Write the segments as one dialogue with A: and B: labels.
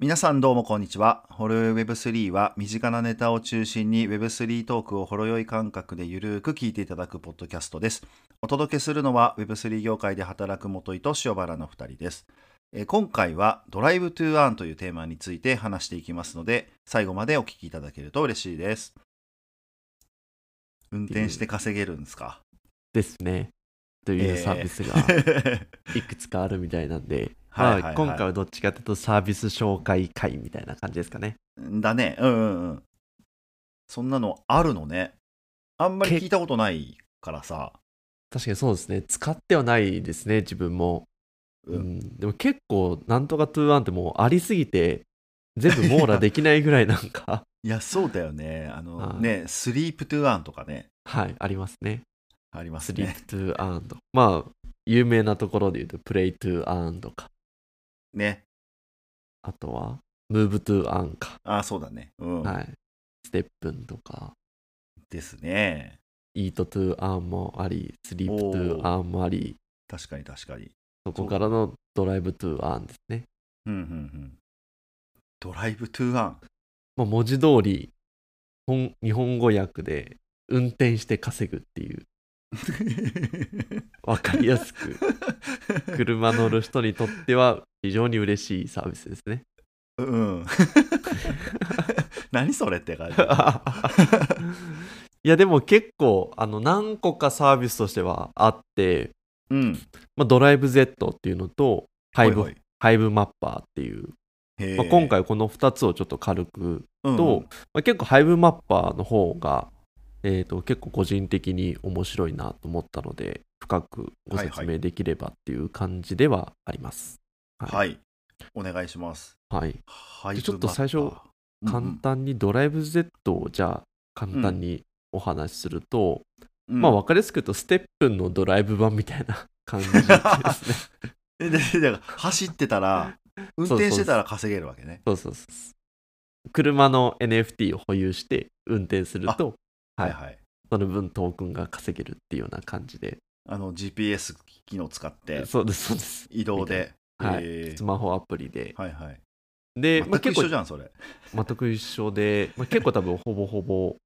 A: 皆さんどうもこんにちは。ホロヨイ Web3 は身近なネタを中心に Web3 トークをほろ酔い感覚でゆるーく聞いていただくポッドキャストです。お届けするのは Web3 業界で働く元井と塩原の2人です。えー今回はドライブトゥーアーンというテーマについて話していきますので、最後までお聞きいただけると嬉しいです。運転して稼げるんですか、
B: ですね。というサービスがいくつかあるみたいなんで、
A: はい
B: ま
A: はいは
B: あ
A: い
B: 今回はどっちかというとサービス紹介会みたいな感じですかね。
A: だね。うんうんうん。そんなのあるのね。あんまり聞いたことないからさ。
B: 確かにそうですね。使ってはないですね、自分も。
A: うん
B: うんでも結構、なんとかトゥーワンってもうありすぎて、全部網羅できないぐらいなん か、
A: いや、そうだよね。あの、
B: はい
A: ね、スリープトゥーアンとかね、
B: はい、ありますね。
A: ありま
B: ス
A: す
B: リ
A: ね。
B: ープトゥーアーンと。まあ、有名なところで言うと、プレイトゥーアーンとか、
A: ね。
B: あとは、ムーブトゥーアーンか。
A: あそうだね。うん。
B: はい。ステップンとか、
A: ですね。
B: イートトゥーアーンもあり、スリープトゥーアーンもあり、
A: 確かに確かに。
B: そこからのドライブトゥーアーンですね。
A: うんうんうん。ドライブトゥーア ン。
B: まあ、文字通り本、日本語訳で運転して稼ぐっていう、わかりや すく、車乗る人にとっては非常に嬉しいサービスですね。
A: うん。何それって感 じ。
B: いや、でも結構、あの、何個かサービスとしてはあって、
A: うん。
B: まあ、ドライブ Z っていうのと、ハイブ、
A: ほいほい
B: ハイブマッパーっていう、
A: へー
B: まあ、今回この2つをちょっと軽く
A: うん
B: と、まあ、結構ハイブマッパーの方が、えー、と結構個人的に面白いなと思ったので深くご説
A: はいは
B: 明できればっていう感じではあります。、
A: はいい。お願いします。
B: はい
A: はい。
B: でちょっと最初
A: うんうん
B: 簡単にドライブ Z をじゃあ簡単にお話しすると、
A: うん
B: まあ分かりやすく言うとステップンのドライブ版みた いな感じですね。
A: でででだから走ってた ら、運転してたら稼げるわけね。
B: そうそうそう車の NFT を保有して運転すると
A: は
B: はいい
A: はい。
B: その分トークンが稼げるっていうような感じで
A: あの GPS 機能使って
B: そうですそうです
A: 移動で、
B: はい
A: えー
B: スマホアプリで。
A: はいはい。
B: で、まあ、
A: 全く
B: 結
A: 一緒じ
B: 構、
A: ゃんそれ。
B: 全く一緒で、まあ、結構多分ほぼほぼ、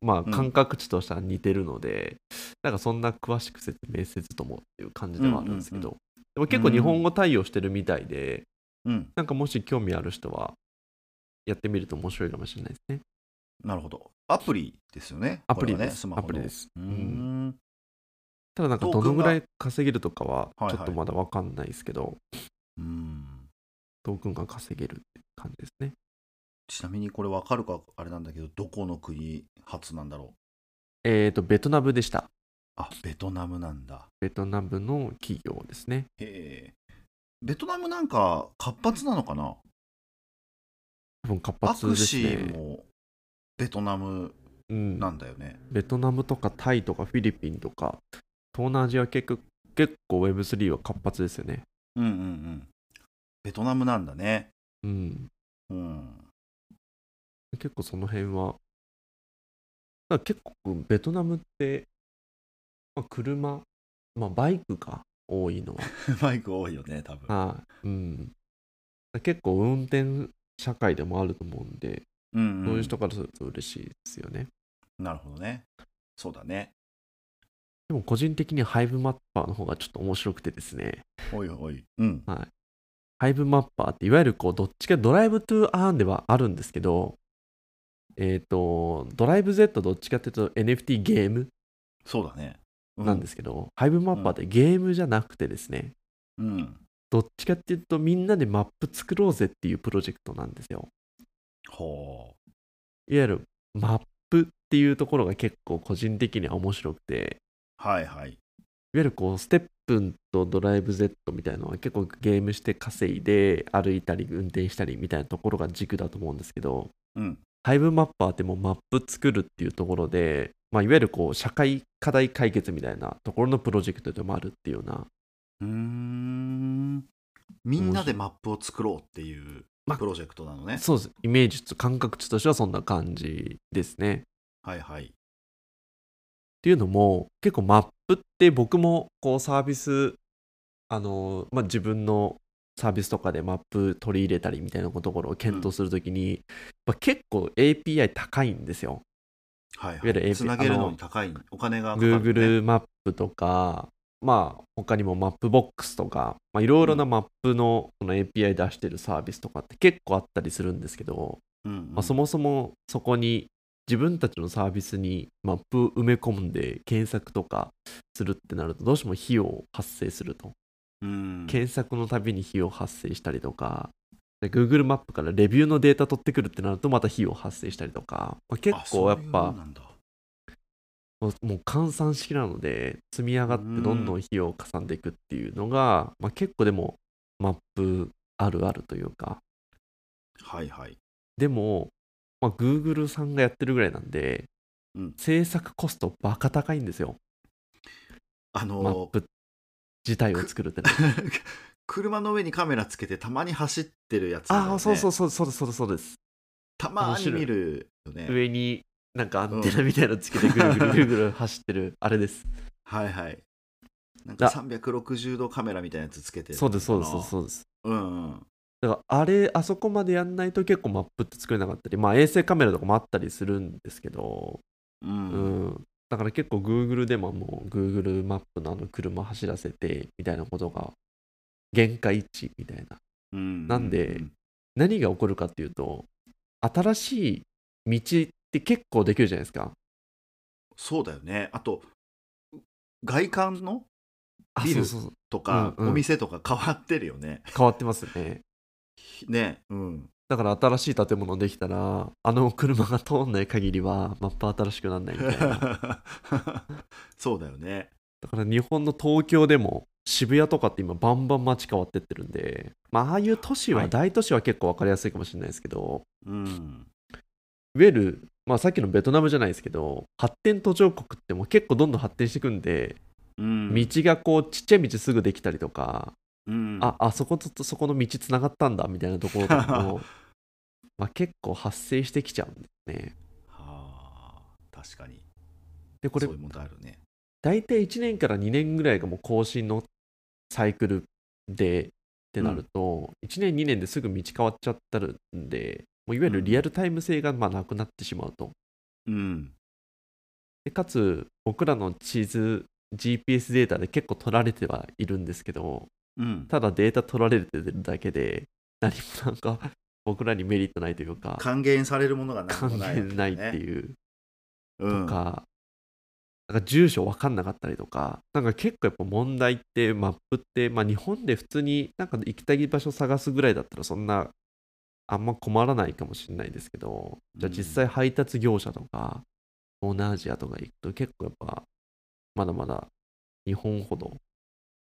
B: ま
A: ん
B: あ、感覚値としては似てるので、なんかそんな詳しく説明せずともっていう感じではあるんですけど、でも結構日本語対応してるみたいで、
A: うん、
B: なんかもし興味ある人は、やってみると面白いかもしれないですね。
A: なるほど。アプリですよね。
B: アプリ
A: これはね、
B: です。
A: スマ
B: ア
A: ホの
B: プリで。す。
A: うー
B: うん
A: ん。
B: ただなんかどのぐらい稼げるとかは、
A: トークンが
B: ちょっとまだわかんないですけど、
A: うん
B: トークンが稼げるって感じですね。
A: ちなみにこれわかるかあれなんだけど、どこの国初なんだろう。
B: えっ、と、ベトナムでした。
A: あ、ベトナムなんだ。
B: ベトナムの企業ですね。
A: へえ。ベトナムなんか活発なのかな、
B: 多分活
A: ア
B: 発
A: ク
B: です
A: シー
B: ね。
A: もベトナム
B: うん
A: なんだよね。
B: ベトナムとかタイとかフィリピンとか東南アジア結構結構 Web3 は活発ですよね。
A: うんうんうん。ベトナムなんだね。
B: うん。
A: うん。
B: 結構その辺は。だから結構ベトナムって、まあ、車、まあ、バイクが多いのは。
A: バイク多いよね、多分。
B: はい。うん。だから結構運転社会でもあると思うんで、
A: うん
B: そういう人からすると嬉しいですよね。
A: なるほどね。そうだね。
B: でも個人的にハイブマッパーの方がちょっと面白くてですね。
A: おいおい。うん。
B: ハイブマッパーっていわゆるこうどっちかドライブトゥーアーンではあるんですけど、えっ、と、ドライブ Z どっちかっていうと NFT ゲーム
A: そうだね。う
B: なんですけど、ハイブマッパーってゲームじゃなくてですね、
A: うん。
B: どっちかっていうとみんなでマップ作ろうぜっていうプロジェクトなんですよ。
A: ほ
B: いわゆるマップっていうところが結構個人的には面白くて、
A: う。はいはい。
B: いわゆるこうステップンとドライブ Z みたいなのは結構ゲームして稼いで歩いたり運転したりみたいなところが軸だと思うんですけど、
A: うん。
B: ハイブマッパーってもうマップ作るっていうところで、まあ、いわゆるこう社会課題解決みたいなところのプロジェクトでもあるっていうような、
A: うーん。みんなでマップを作ろうっていう
B: ま
A: プロジェクトなのね。
B: そうですイメージと感覚値としてはそんな感じですね。っ
A: はいはい。
B: ていうのも結構マップって僕もこうサービスあの、まあ、自分のサービスとかでマップ取り入れたりみたいなところを検討するときに、やっぱ結構 API 高いんですよ。
A: はい、
B: いわゆる
A: は
B: AP
A: い。つなげるのに高い、お金がかかる、ね。
B: Google マップとか、まあ、他にもマップボックスとか、まあ、いろいろなマップのこの API 出してるサービスとかって結構あったりするんですけど、
A: うんうん
B: まあ、そもそもそこに自分たちのサービスにマップ埋め込んで検索とかするってなると、どうしても費用発生すると。
A: うん
B: 検索のたびに費用発生したりとか、で Google マップからレビューのデータ取ってくるってなるとまた費用発生したりとか、まあ、結構やっ
A: あそういうも
B: ぱ
A: んなんだ
B: もうもう換算式なので積み上がってどんどん費用を加算でいくっていうのが、まあ、結構でもマップあるあるというか
A: はいはい。
B: でも、まあ、Google さんがやってるぐらいなんで、
A: うん
B: 制作コストバカ高いんですよ
A: あ
B: マッ
A: の、
B: プ自体を作るってなる
A: 車の上にカメラつけてたまに走ってるやつ、ね。
B: ああそうそうそうそうですそうですそうです
A: たまに見るよね。
B: 上になんかアンテナみたいなのつけてぐるぐるぐるぐる走ってるあれです
A: はいはい。なんか360度カメラみたいなやつつけてる
B: そうですそうですそうです
A: う。
B: そうです
A: うんうん。
B: だからあれあそこまでやんないと結構マップって作れなかったりまあ衛星カメラとかもあったりするんですけど
A: う
B: うん、
A: ん。
B: だから結構 Google でももう Google マップのあの車走らせてみたいなことが限界値みたいな
A: うん
B: なんで
A: うん
B: 何が起こるかっていうと新しい道って結構できるじゃないですか
A: そうだよね。あと、外観の
B: あ
A: ビル
B: そうそうそう
A: とか、
B: うんうん
A: お店とか変わってるよね。
B: 変わってますよね
A: ね。うん。
B: だから新しい建物できたらあの車が通んない限りはマップは新しくならないみたいな
A: そうだよね。
B: だから日本の東京でも渋谷とかって今バンバン街変わってってるんで、まあああいう都市は、
A: はい
B: 大都市は結構分かりやすいかもしれないですけど、
A: うん。
B: いわゆる、まあさっきのベトナムじゃないですけど、発展途上国ってもう結構どんどん発展していくんで、
A: うん
B: 道がこうちっちゃい道すぐできたりとか、
A: うん、
B: あ、あそことそこの道つながったんだみたいなところとか も、まあ結構発生してきちゃうんですね。
A: はあ確かに
B: で、これ
A: そういう問題あるね
B: 大体1年から2年ぐらいがもう更新のサイクルでってなると、1年2年ですぐ道変わっちゃったるんでもういわゆるリアルタイム性がまあなくなってしまうと
A: うん
B: でかつ僕らの地図 GPS データで結構取られてはいるんですけど
A: うん
B: ただデータ取られてるだけで何もなんか僕らにメリットないというか
A: 還元されるものが何も
B: 関
A: ない、
B: 係ないって
A: う、
B: いう
A: うん、
B: とか、なんか住所分かんなかったりとか、なんか結構やっぱ問題って、マップって、まあ日本で普通になんか行きたい場所探すぐらいだったらそんな、あんま困らないかもしれないですけど、じゃあ
A: うん
B: 実際配達業者とか、東南アジアとか行くと結構やっぱ、まだまだ日本ほど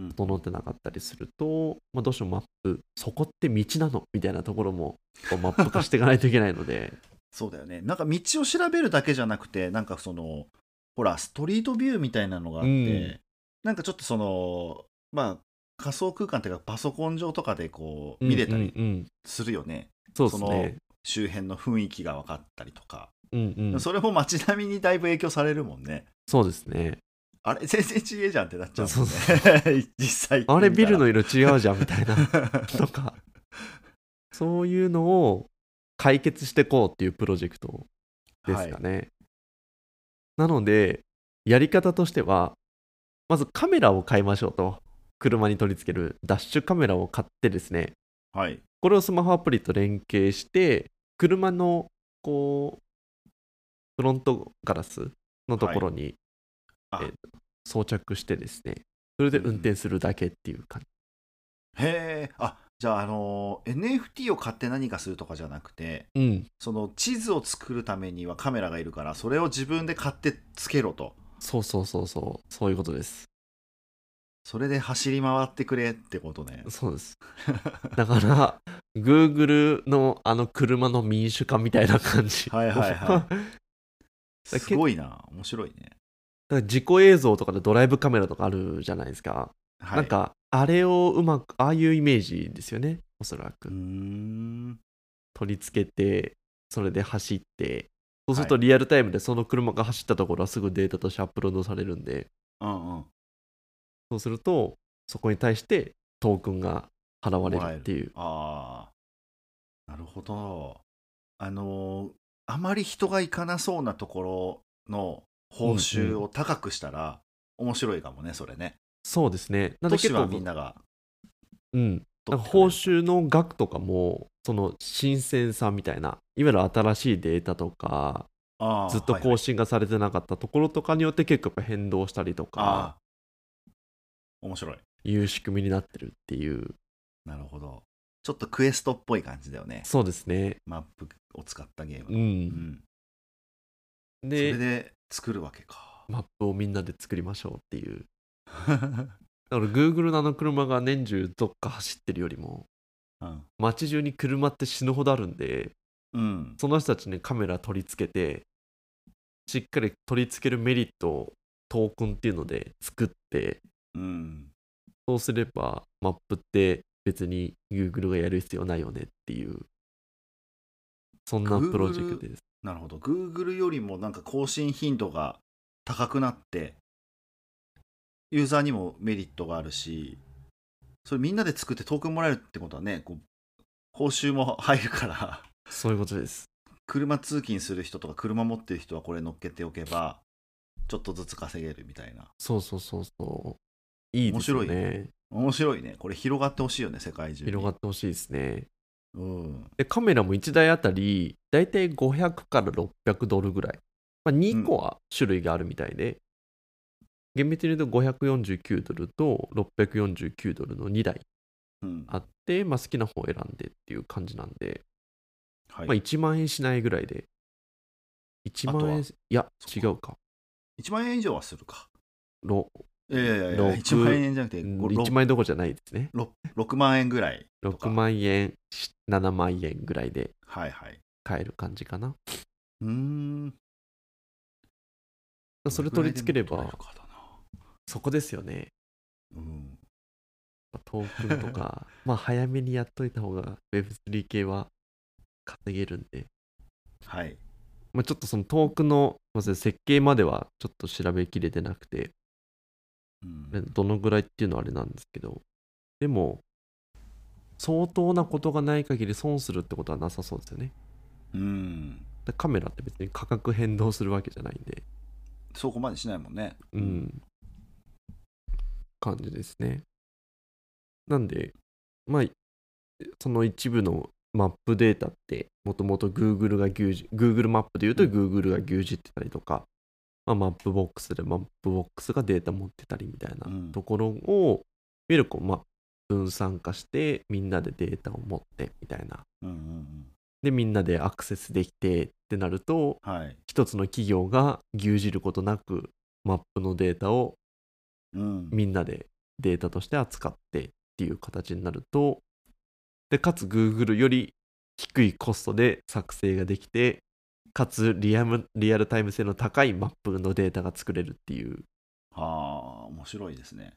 A: うん
B: 整ってなかったりすると、まあどうしてもマップ、そこって道なのみたいなところも、こうマップ化していかないといけないので、
A: そうだよねなんか道を調べるだけじゃなくてなんかそのほらストリートビューみたいなのがあって、
B: うん
A: なんかちょっとそのまあ仮想空間っていうかパソコン上とかでこ う見れたり
B: うんうんうん
A: するよね、
B: そうですね。
A: 周辺の雰囲気が分かったりとか、
B: うんうん、
A: それも街並みにだいぶ影響されるもんね
B: そうですね。
A: あれ全然違えじゃんってなっちゃうもんね
B: そうそ
A: 実際行
B: あ
A: っ
B: れ
A: てみた
B: ビ
A: ら
B: ルの色違うじゃんみたいな とかそういうのを解決してこうっていうプロジェクトですかね、なのでやり方としてはまずカメラを買いましょうと車に取り付けるダッシュカメラを買ってですね
A: はい。
B: これをスマホアプリと連携して車のこうフロントガラスのところに、
A: はいあ
B: えー装着してですねそれで運転するだけっていう感じ
A: へえ。あじゃあ、あのー NFT を買って何かするとかじゃなくて、
B: うん、
A: その地図を作るためにはカメラがいるから、それを自分で買ってつけろと。
B: そうそうそうそう、そういうことです。
A: それで走り回ってくれってことね。
B: そうです。だから、Google のあの車の民主化みたいな感じ。
A: はいはい は
B: だけ
A: すごいな。面白いね。
B: だから自己映像とかでドライブカメラとかあるじゃないですか。
A: はい、
B: なん。か、あれをうまく、ああいうイメージですよね、おそら
A: う
B: く。
A: ーん。
B: 取り付けて、それで走って、そうすると
A: は
B: リアルタイムでその車が走ったところはすぐデータとしてアップロードされるんで、
A: うんうん。
B: そうすると、そこに対してトークンが払われるっていう。
A: ああ、なるほど。あのーあまり人が行かなそうなところの報酬を高くしたら、面白いかもね、それね。
B: そうですね。な
A: 都
B: んで
A: 市
B: 結
A: は
B: 構、
A: みんなが
B: うん、なんか報酬の額とかも、その新鮮さみたいな、いわゆる新しいデータとか、
A: あー
B: ずっと
A: はいは
B: 更
A: い
B: 新がされてなかったところとかによって結構やっぱ変動したりと
A: あ
B: か
A: ー面白い。
B: いう仕組みになってるっていう
A: なるほど。ちょっとクエストっぽい感じだよね。
B: そうですね
A: マップを使ったゲーム
B: う
A: の。うんんそ
B: で
A: れで作るわけ か。
B: マップをみんなで作りましょうっていうだから Google のあの車が年中どっか走ってるよりも
A: うん
B: 街中に車って死ぬほどあるんで
A: うん。
B: その人たちにカメラ取り付けてしっかり取り付けるメリットをトークンっていうので作って
A: うん。
B: そうすればマップって別に Google がやる必要ないよねっていうそんなプロジェクトです
A: なるほど。Google よりもなんか更新頻度が高くなって、ユーザーにもメリットがあるし、それみんなで作ってトークンもらえるってことはね、こう報酬も入るから、
B: そういうことです
A: 車通勤する人とか車持ってる人はこれ乗っけておけば、ちょっとずつ稼げるみたいな。
B: そうそうそうそういいですよ
A: 面
B: ね
A: 面白いね。これ広がってほしいよね、世界中に。
B: 広がってほしいですね
A: うん。
B: でカメラも1台あたりだいたい500から600ドルぐらい、まあ、2個は種類があるみたいで、厳密に言うと549ドルと649ドルの2台
A: うん。
B: あって、まあ、好きな方を選んでっていう感じなんで、
A: はい
B: まあ、1万円しないぐらいで1
A: あと
B: 万
A: は
B: 円いや
A: そ
B: 違
A: っか
B: うか
A: 1万円以上はするか。
B: ろ
A: いやいやいや、
B: 六
A: 1万円じゃなくて、
B: うん
A: ごろ
B: 1万円どころじゃないですね
A: ろ6万円ぐらいとか。
B: 6万円し7万円ぐらいで
A: はいはい。
B: 買える感じかな
A: うーん。
B: それ取り付けれ
A: どれ
B: ば
A: ぐらいでも取れるか
B: そこですよね
A: だなうん
B: まあトークンとか、まあ早めにやっといた方が Web3 系は稼げるんで、
A: はい。
B: まあ、ちょっとそのトークンのまず設計まではちょっと調べきれてなくて、
A: うん
B: どのぐらいっていうのはあれなんですけど、でも、相当なことがない限り損するってことはなさそうですよね。
A: うん。
B: でカメラって別に価格変動するわけじゃないんで、
A: そこまでしないもんね。
B: う。ん、感じですね。なんで、まあ、その一部のマップデータって、もともと Google が牛耳、Google マップで言うと Google が牛耳ってたりとか、まあ、マップボックスでマップボックスがデータ持ってたりみたいな
A: うん
B: ところを、いわゆるこう、まあ、分散化して、みんなでデータを持ってみたいな。
A: うんうん
B: で、みんなでアクセスできてってなると、
A: うん。はい。
B: 一つの企業が牛耳ることなく、マップのデータを
A: うん。
B: みんなでデータとして扱ってっていう形になるとでかつ Google より低いコストで作成ができてかつリアムリアルタイム性の高いマップのデータが作れるっていう
A: はあ、面白いですね。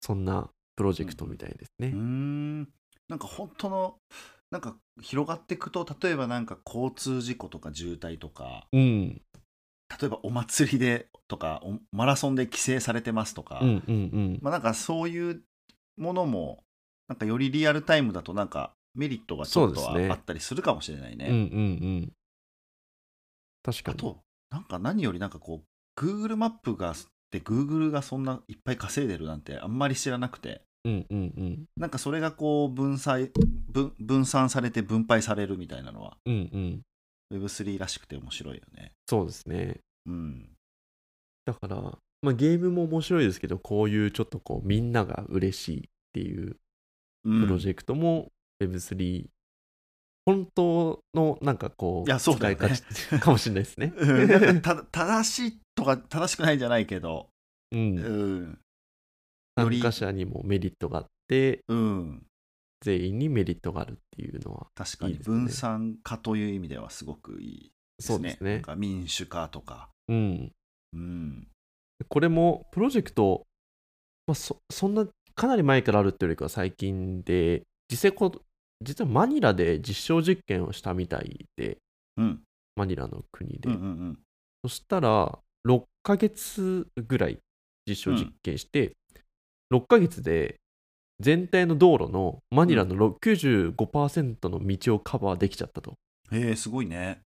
B: そんなプロジェクトみたいですね、
A: うーん。なんか本当の、なんか広がっていくと、例えばなんか交通事故とか渋滞とか、
B: うん、
A: 例えばお祭りでとか、おマラソンで規制されてますとか、
B: うんうんうん
A: まあなんかそういうものも、なんかよりリアルタイムだとなんかメリットがちょっと
B: そ
A: は
B: うですね
A: あったりするかもしれないね。
B: うんうんうん確か
A: あ
B: に
A: と、なんか何よりなんかこう、Google マップが、で Google がそんないっぱい稼いでるなんてあんまり知らなくて、
B: うんうんうん
A: なんかそれがこう分散、分分散されて分配されるみたいなのは
B: うんうん
A: Web3 らしくて面白いよね。
B: そうですね
A: うん。
B: だから、まあ、ゲームも面白いですけどこういうちょっとこうみんなが嬉しいっていう
A: うん
B: プロジェクトも Web3、本当のなんかこう
A: いやそうだ
B: 使
A: よね
B: い勝ちかもしれないです ね。
A: うんなんかた正しいとか正しくないじゃないけど、
B: うん、
A: うん、より
B: 参加者にもメリットがあって
A: うん、
B: 全員にメリットがあるっていうのは
A: 確か
B: い
A: に
B: いですね
A: 分散化という意味ではすごくいいですね。
B: そうですね
A: なんか民主化とか。
B: うん、
A: うん。
B: これもプロジェクト、まあ、そそんなかなり前からあるっていうよりかは最近で実際こう実はマニラで実証実験をしたみたいで
A: うん。
B: マニラの国で、
A: うんうんうん。
B: そしたら、6ヶ月ぐらい実証実験して、6ヶ月で全体の道路のマニラの95%の道をカバーできちゃったと。
A: へえ、すごいね。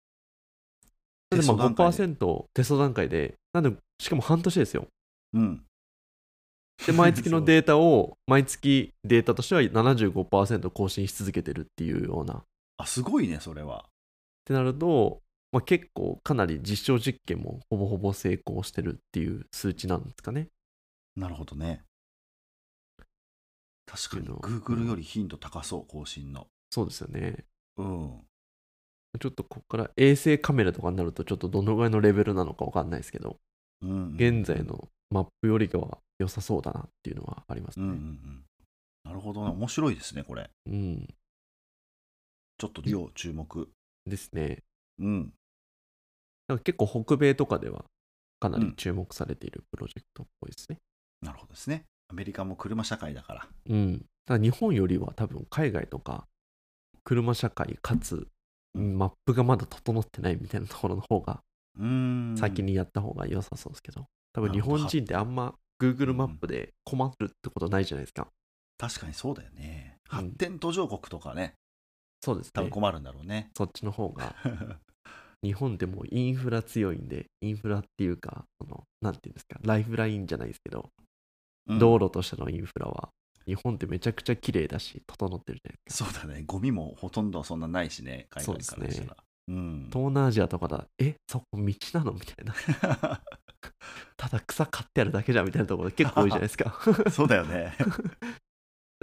B: なのでまあ
A: テスト
B: 5%テスト段階で、なんでしかも半年ですよ。
A: うん。
B: で、毎月
A: そ
B: の
A: う
B: データを、毎月データとしては75%更新し続けてるっていうような。っ
A: あ、すごいね、それは。
B: てなると、まあ、結構かなり実証実験もほぼほぼ成功してるっていう数値なんですかね。
A: なるほどね。確かに、
B: けど
A: Google より頻度高そう、更新の。
B: そうですよね。
A: うん。
B: ちょっとここから衛星カメラとかになるとちょっとどのぐらいのレベルなのかわかんないですけど、
A: うん、
B: 現在のマップよりかは良さそうだなっていうのはあります
A: うんうんう
B: ね。
A: ん。なるほどね。面白いですね、これ。
B: うん、
A: ちょっと要注目。
B: ですね。
A: うん。
B: なんか結構北米とかではかなり注目されているプロジェクトっぽいですね。
A: なるほどですね。アメリカも車社会だから。
B: うん。ただ日本よりは多分海外とか車社会かつ
A: うん
B: マップがまだ整ってないみたいなところの方が
A: うーん。
B: 先。にやった方が良さそうですけど、多分
A: な
B: 日
A: るほど
B: 本人ってあんま Google マップで困るってことないじゃないですか。
A: 確かにそうだよね。
B: うん
A: 発展途上国とかね、
B: そうです
A: 多
B: ね
A: 分。困るんだろうね。
B: そっちの方 が日本でもうインフラ強いんで、インフラっていうか、その、なんていうんですか、ライフラインじゃないですけど、
A: うん
B: 道路としてのインフラは、日本ってめちゃくちゃ綺麗だし、整ってるじゃないですか。
A: そうだね。ゴミもほとんどそんなないしね、海外か
B: そう
A: ら
B: で
A: し
B: す
A: た
B: ね
A: ら。うん。
B: 東南アジアとかだ、え、そこ道なのみたいな、ただ草刈ってあるだけじゃんみたいなところ結構多いじゃないですか。
A: そうだよね。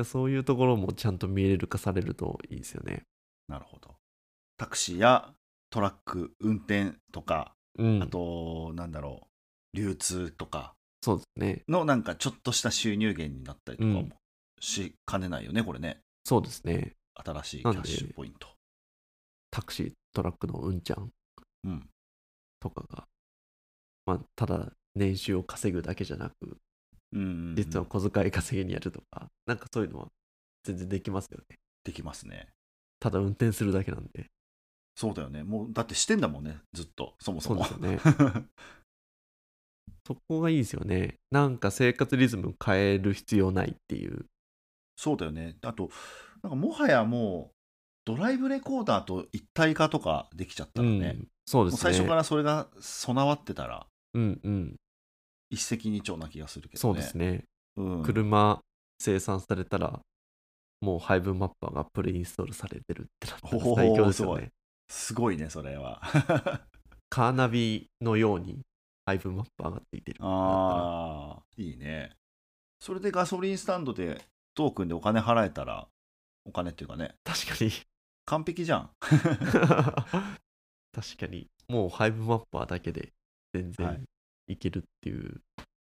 B: そういうところもちゃんと見れる化されるといいですよね。
A: なるほど。タクシーやトラック運転とか、
B: うん、
A: あと、なんだろう、流通とか
B: そうですね。
A: のなんかちょっとした収入源になったりとか
B: う
A: も
B: ん
A: しかねないよね、これね。
B: そうですね。
A: 新しいキャッシュ
B: なんで
A: ポイント。
B: タクシー、トラックのうんちゃん
A: うん。
B: とかが、まあ、ただ年収を稼ぐだけじゃなく、
A: うんうんうん
B: 実は小遣い稼ぎにやるとか、なんかそういうのは全然できますよね。
A: できますね。
B: ただ運転するだけなんで。
A: そうだよね。もうだってしてんだもんね、ずっと、そもそ
B: そうで
A: も。
B: すよね。そこがいいですよね。なんか生活リズム変える必要ないっていう。
A: そうだよね。あと、なんかもはやもう、ドライブレコーダーと一体化とかできちゃったらね、
B: うんそうで
A: もう
B: すね。
A: 最初からそれが備わってたら、
B: うんうん。
A: 一石二鳥な気がするけどね。
B: そうですね。
A: うん。
B: 車生産されたら、もう配分マッパーがプレインストールされてるってなったら
A: おー
B: 最強です
A: す
B: よ
A: ご
B: ね。
A: すごいね、それは。
B: カーナビのように配分マッパーがついてるってなったら。
A: ああ、いいね。それでガソリンスタンドでトークンでお金払えたら、お金っていうかね、
B: 確かに。
A: 完璧じゃん。
B: 確かに、もう5マッパーだけで全
A: は
B: 然いけるっていう、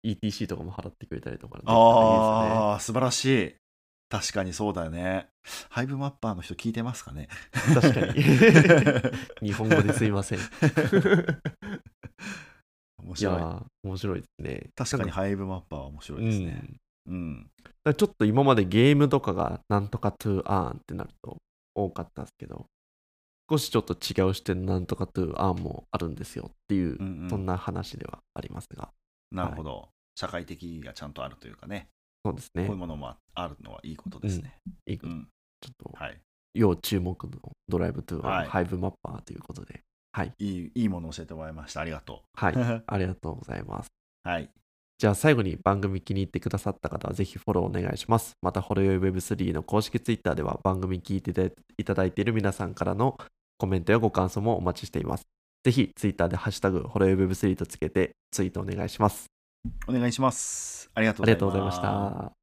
B: ETC とかも払ってくれたりとかできたらいいですね。
A: ああ、素晴らしい。確かにそうだよね。ハイブマッパーの人聞いてますかね
B: 確かに。日本語ですいません。い
A: 面
B: や
A: 白い。
B: ー、面白いですね。
A: 確かに
B: なん
A: ハイブマッパーは面白いですね。うん。
B: うん、ちょっと今までゲームとかがなんとか to earn ってなると多かったんですけど、少しちょっと違う視点のなんとか to earn もあるんですよっていう、
A: うんうん
B: そんな話ではありますが、
A: なるほど。社会的がちゃんとあるというかね、
B: そうです
A: こういう
B: ね。
A: ものもああるのはいいことですね。
B: いいこ
A: う
B: と
A: ん。
B: ちょっと
A: はい。
B: 要注目のドライブトゥー
A: は
B: はいハイブマッパーということで、はい、
A: いい、いいものを教えてもらいました。ありがと
B: は
A: う。
B: い、ありがとうございます。
A: はい。
B: じゃあ最後に番組気に入ってくださった方はぜひフォローお願いします。また、ホロヨイ Web3 の公式 Twitter では番組聞いていただいただいている皆さんからのコメントやご感想もお待ちしています。ぜひ Twitter でハッシュタグホロヨイ Web3 とつけてツイートお願いします。
A: お願いします。ありがとうござ
B: あり
A: い
B: がとう
A: ま
B: ございまし。
A: した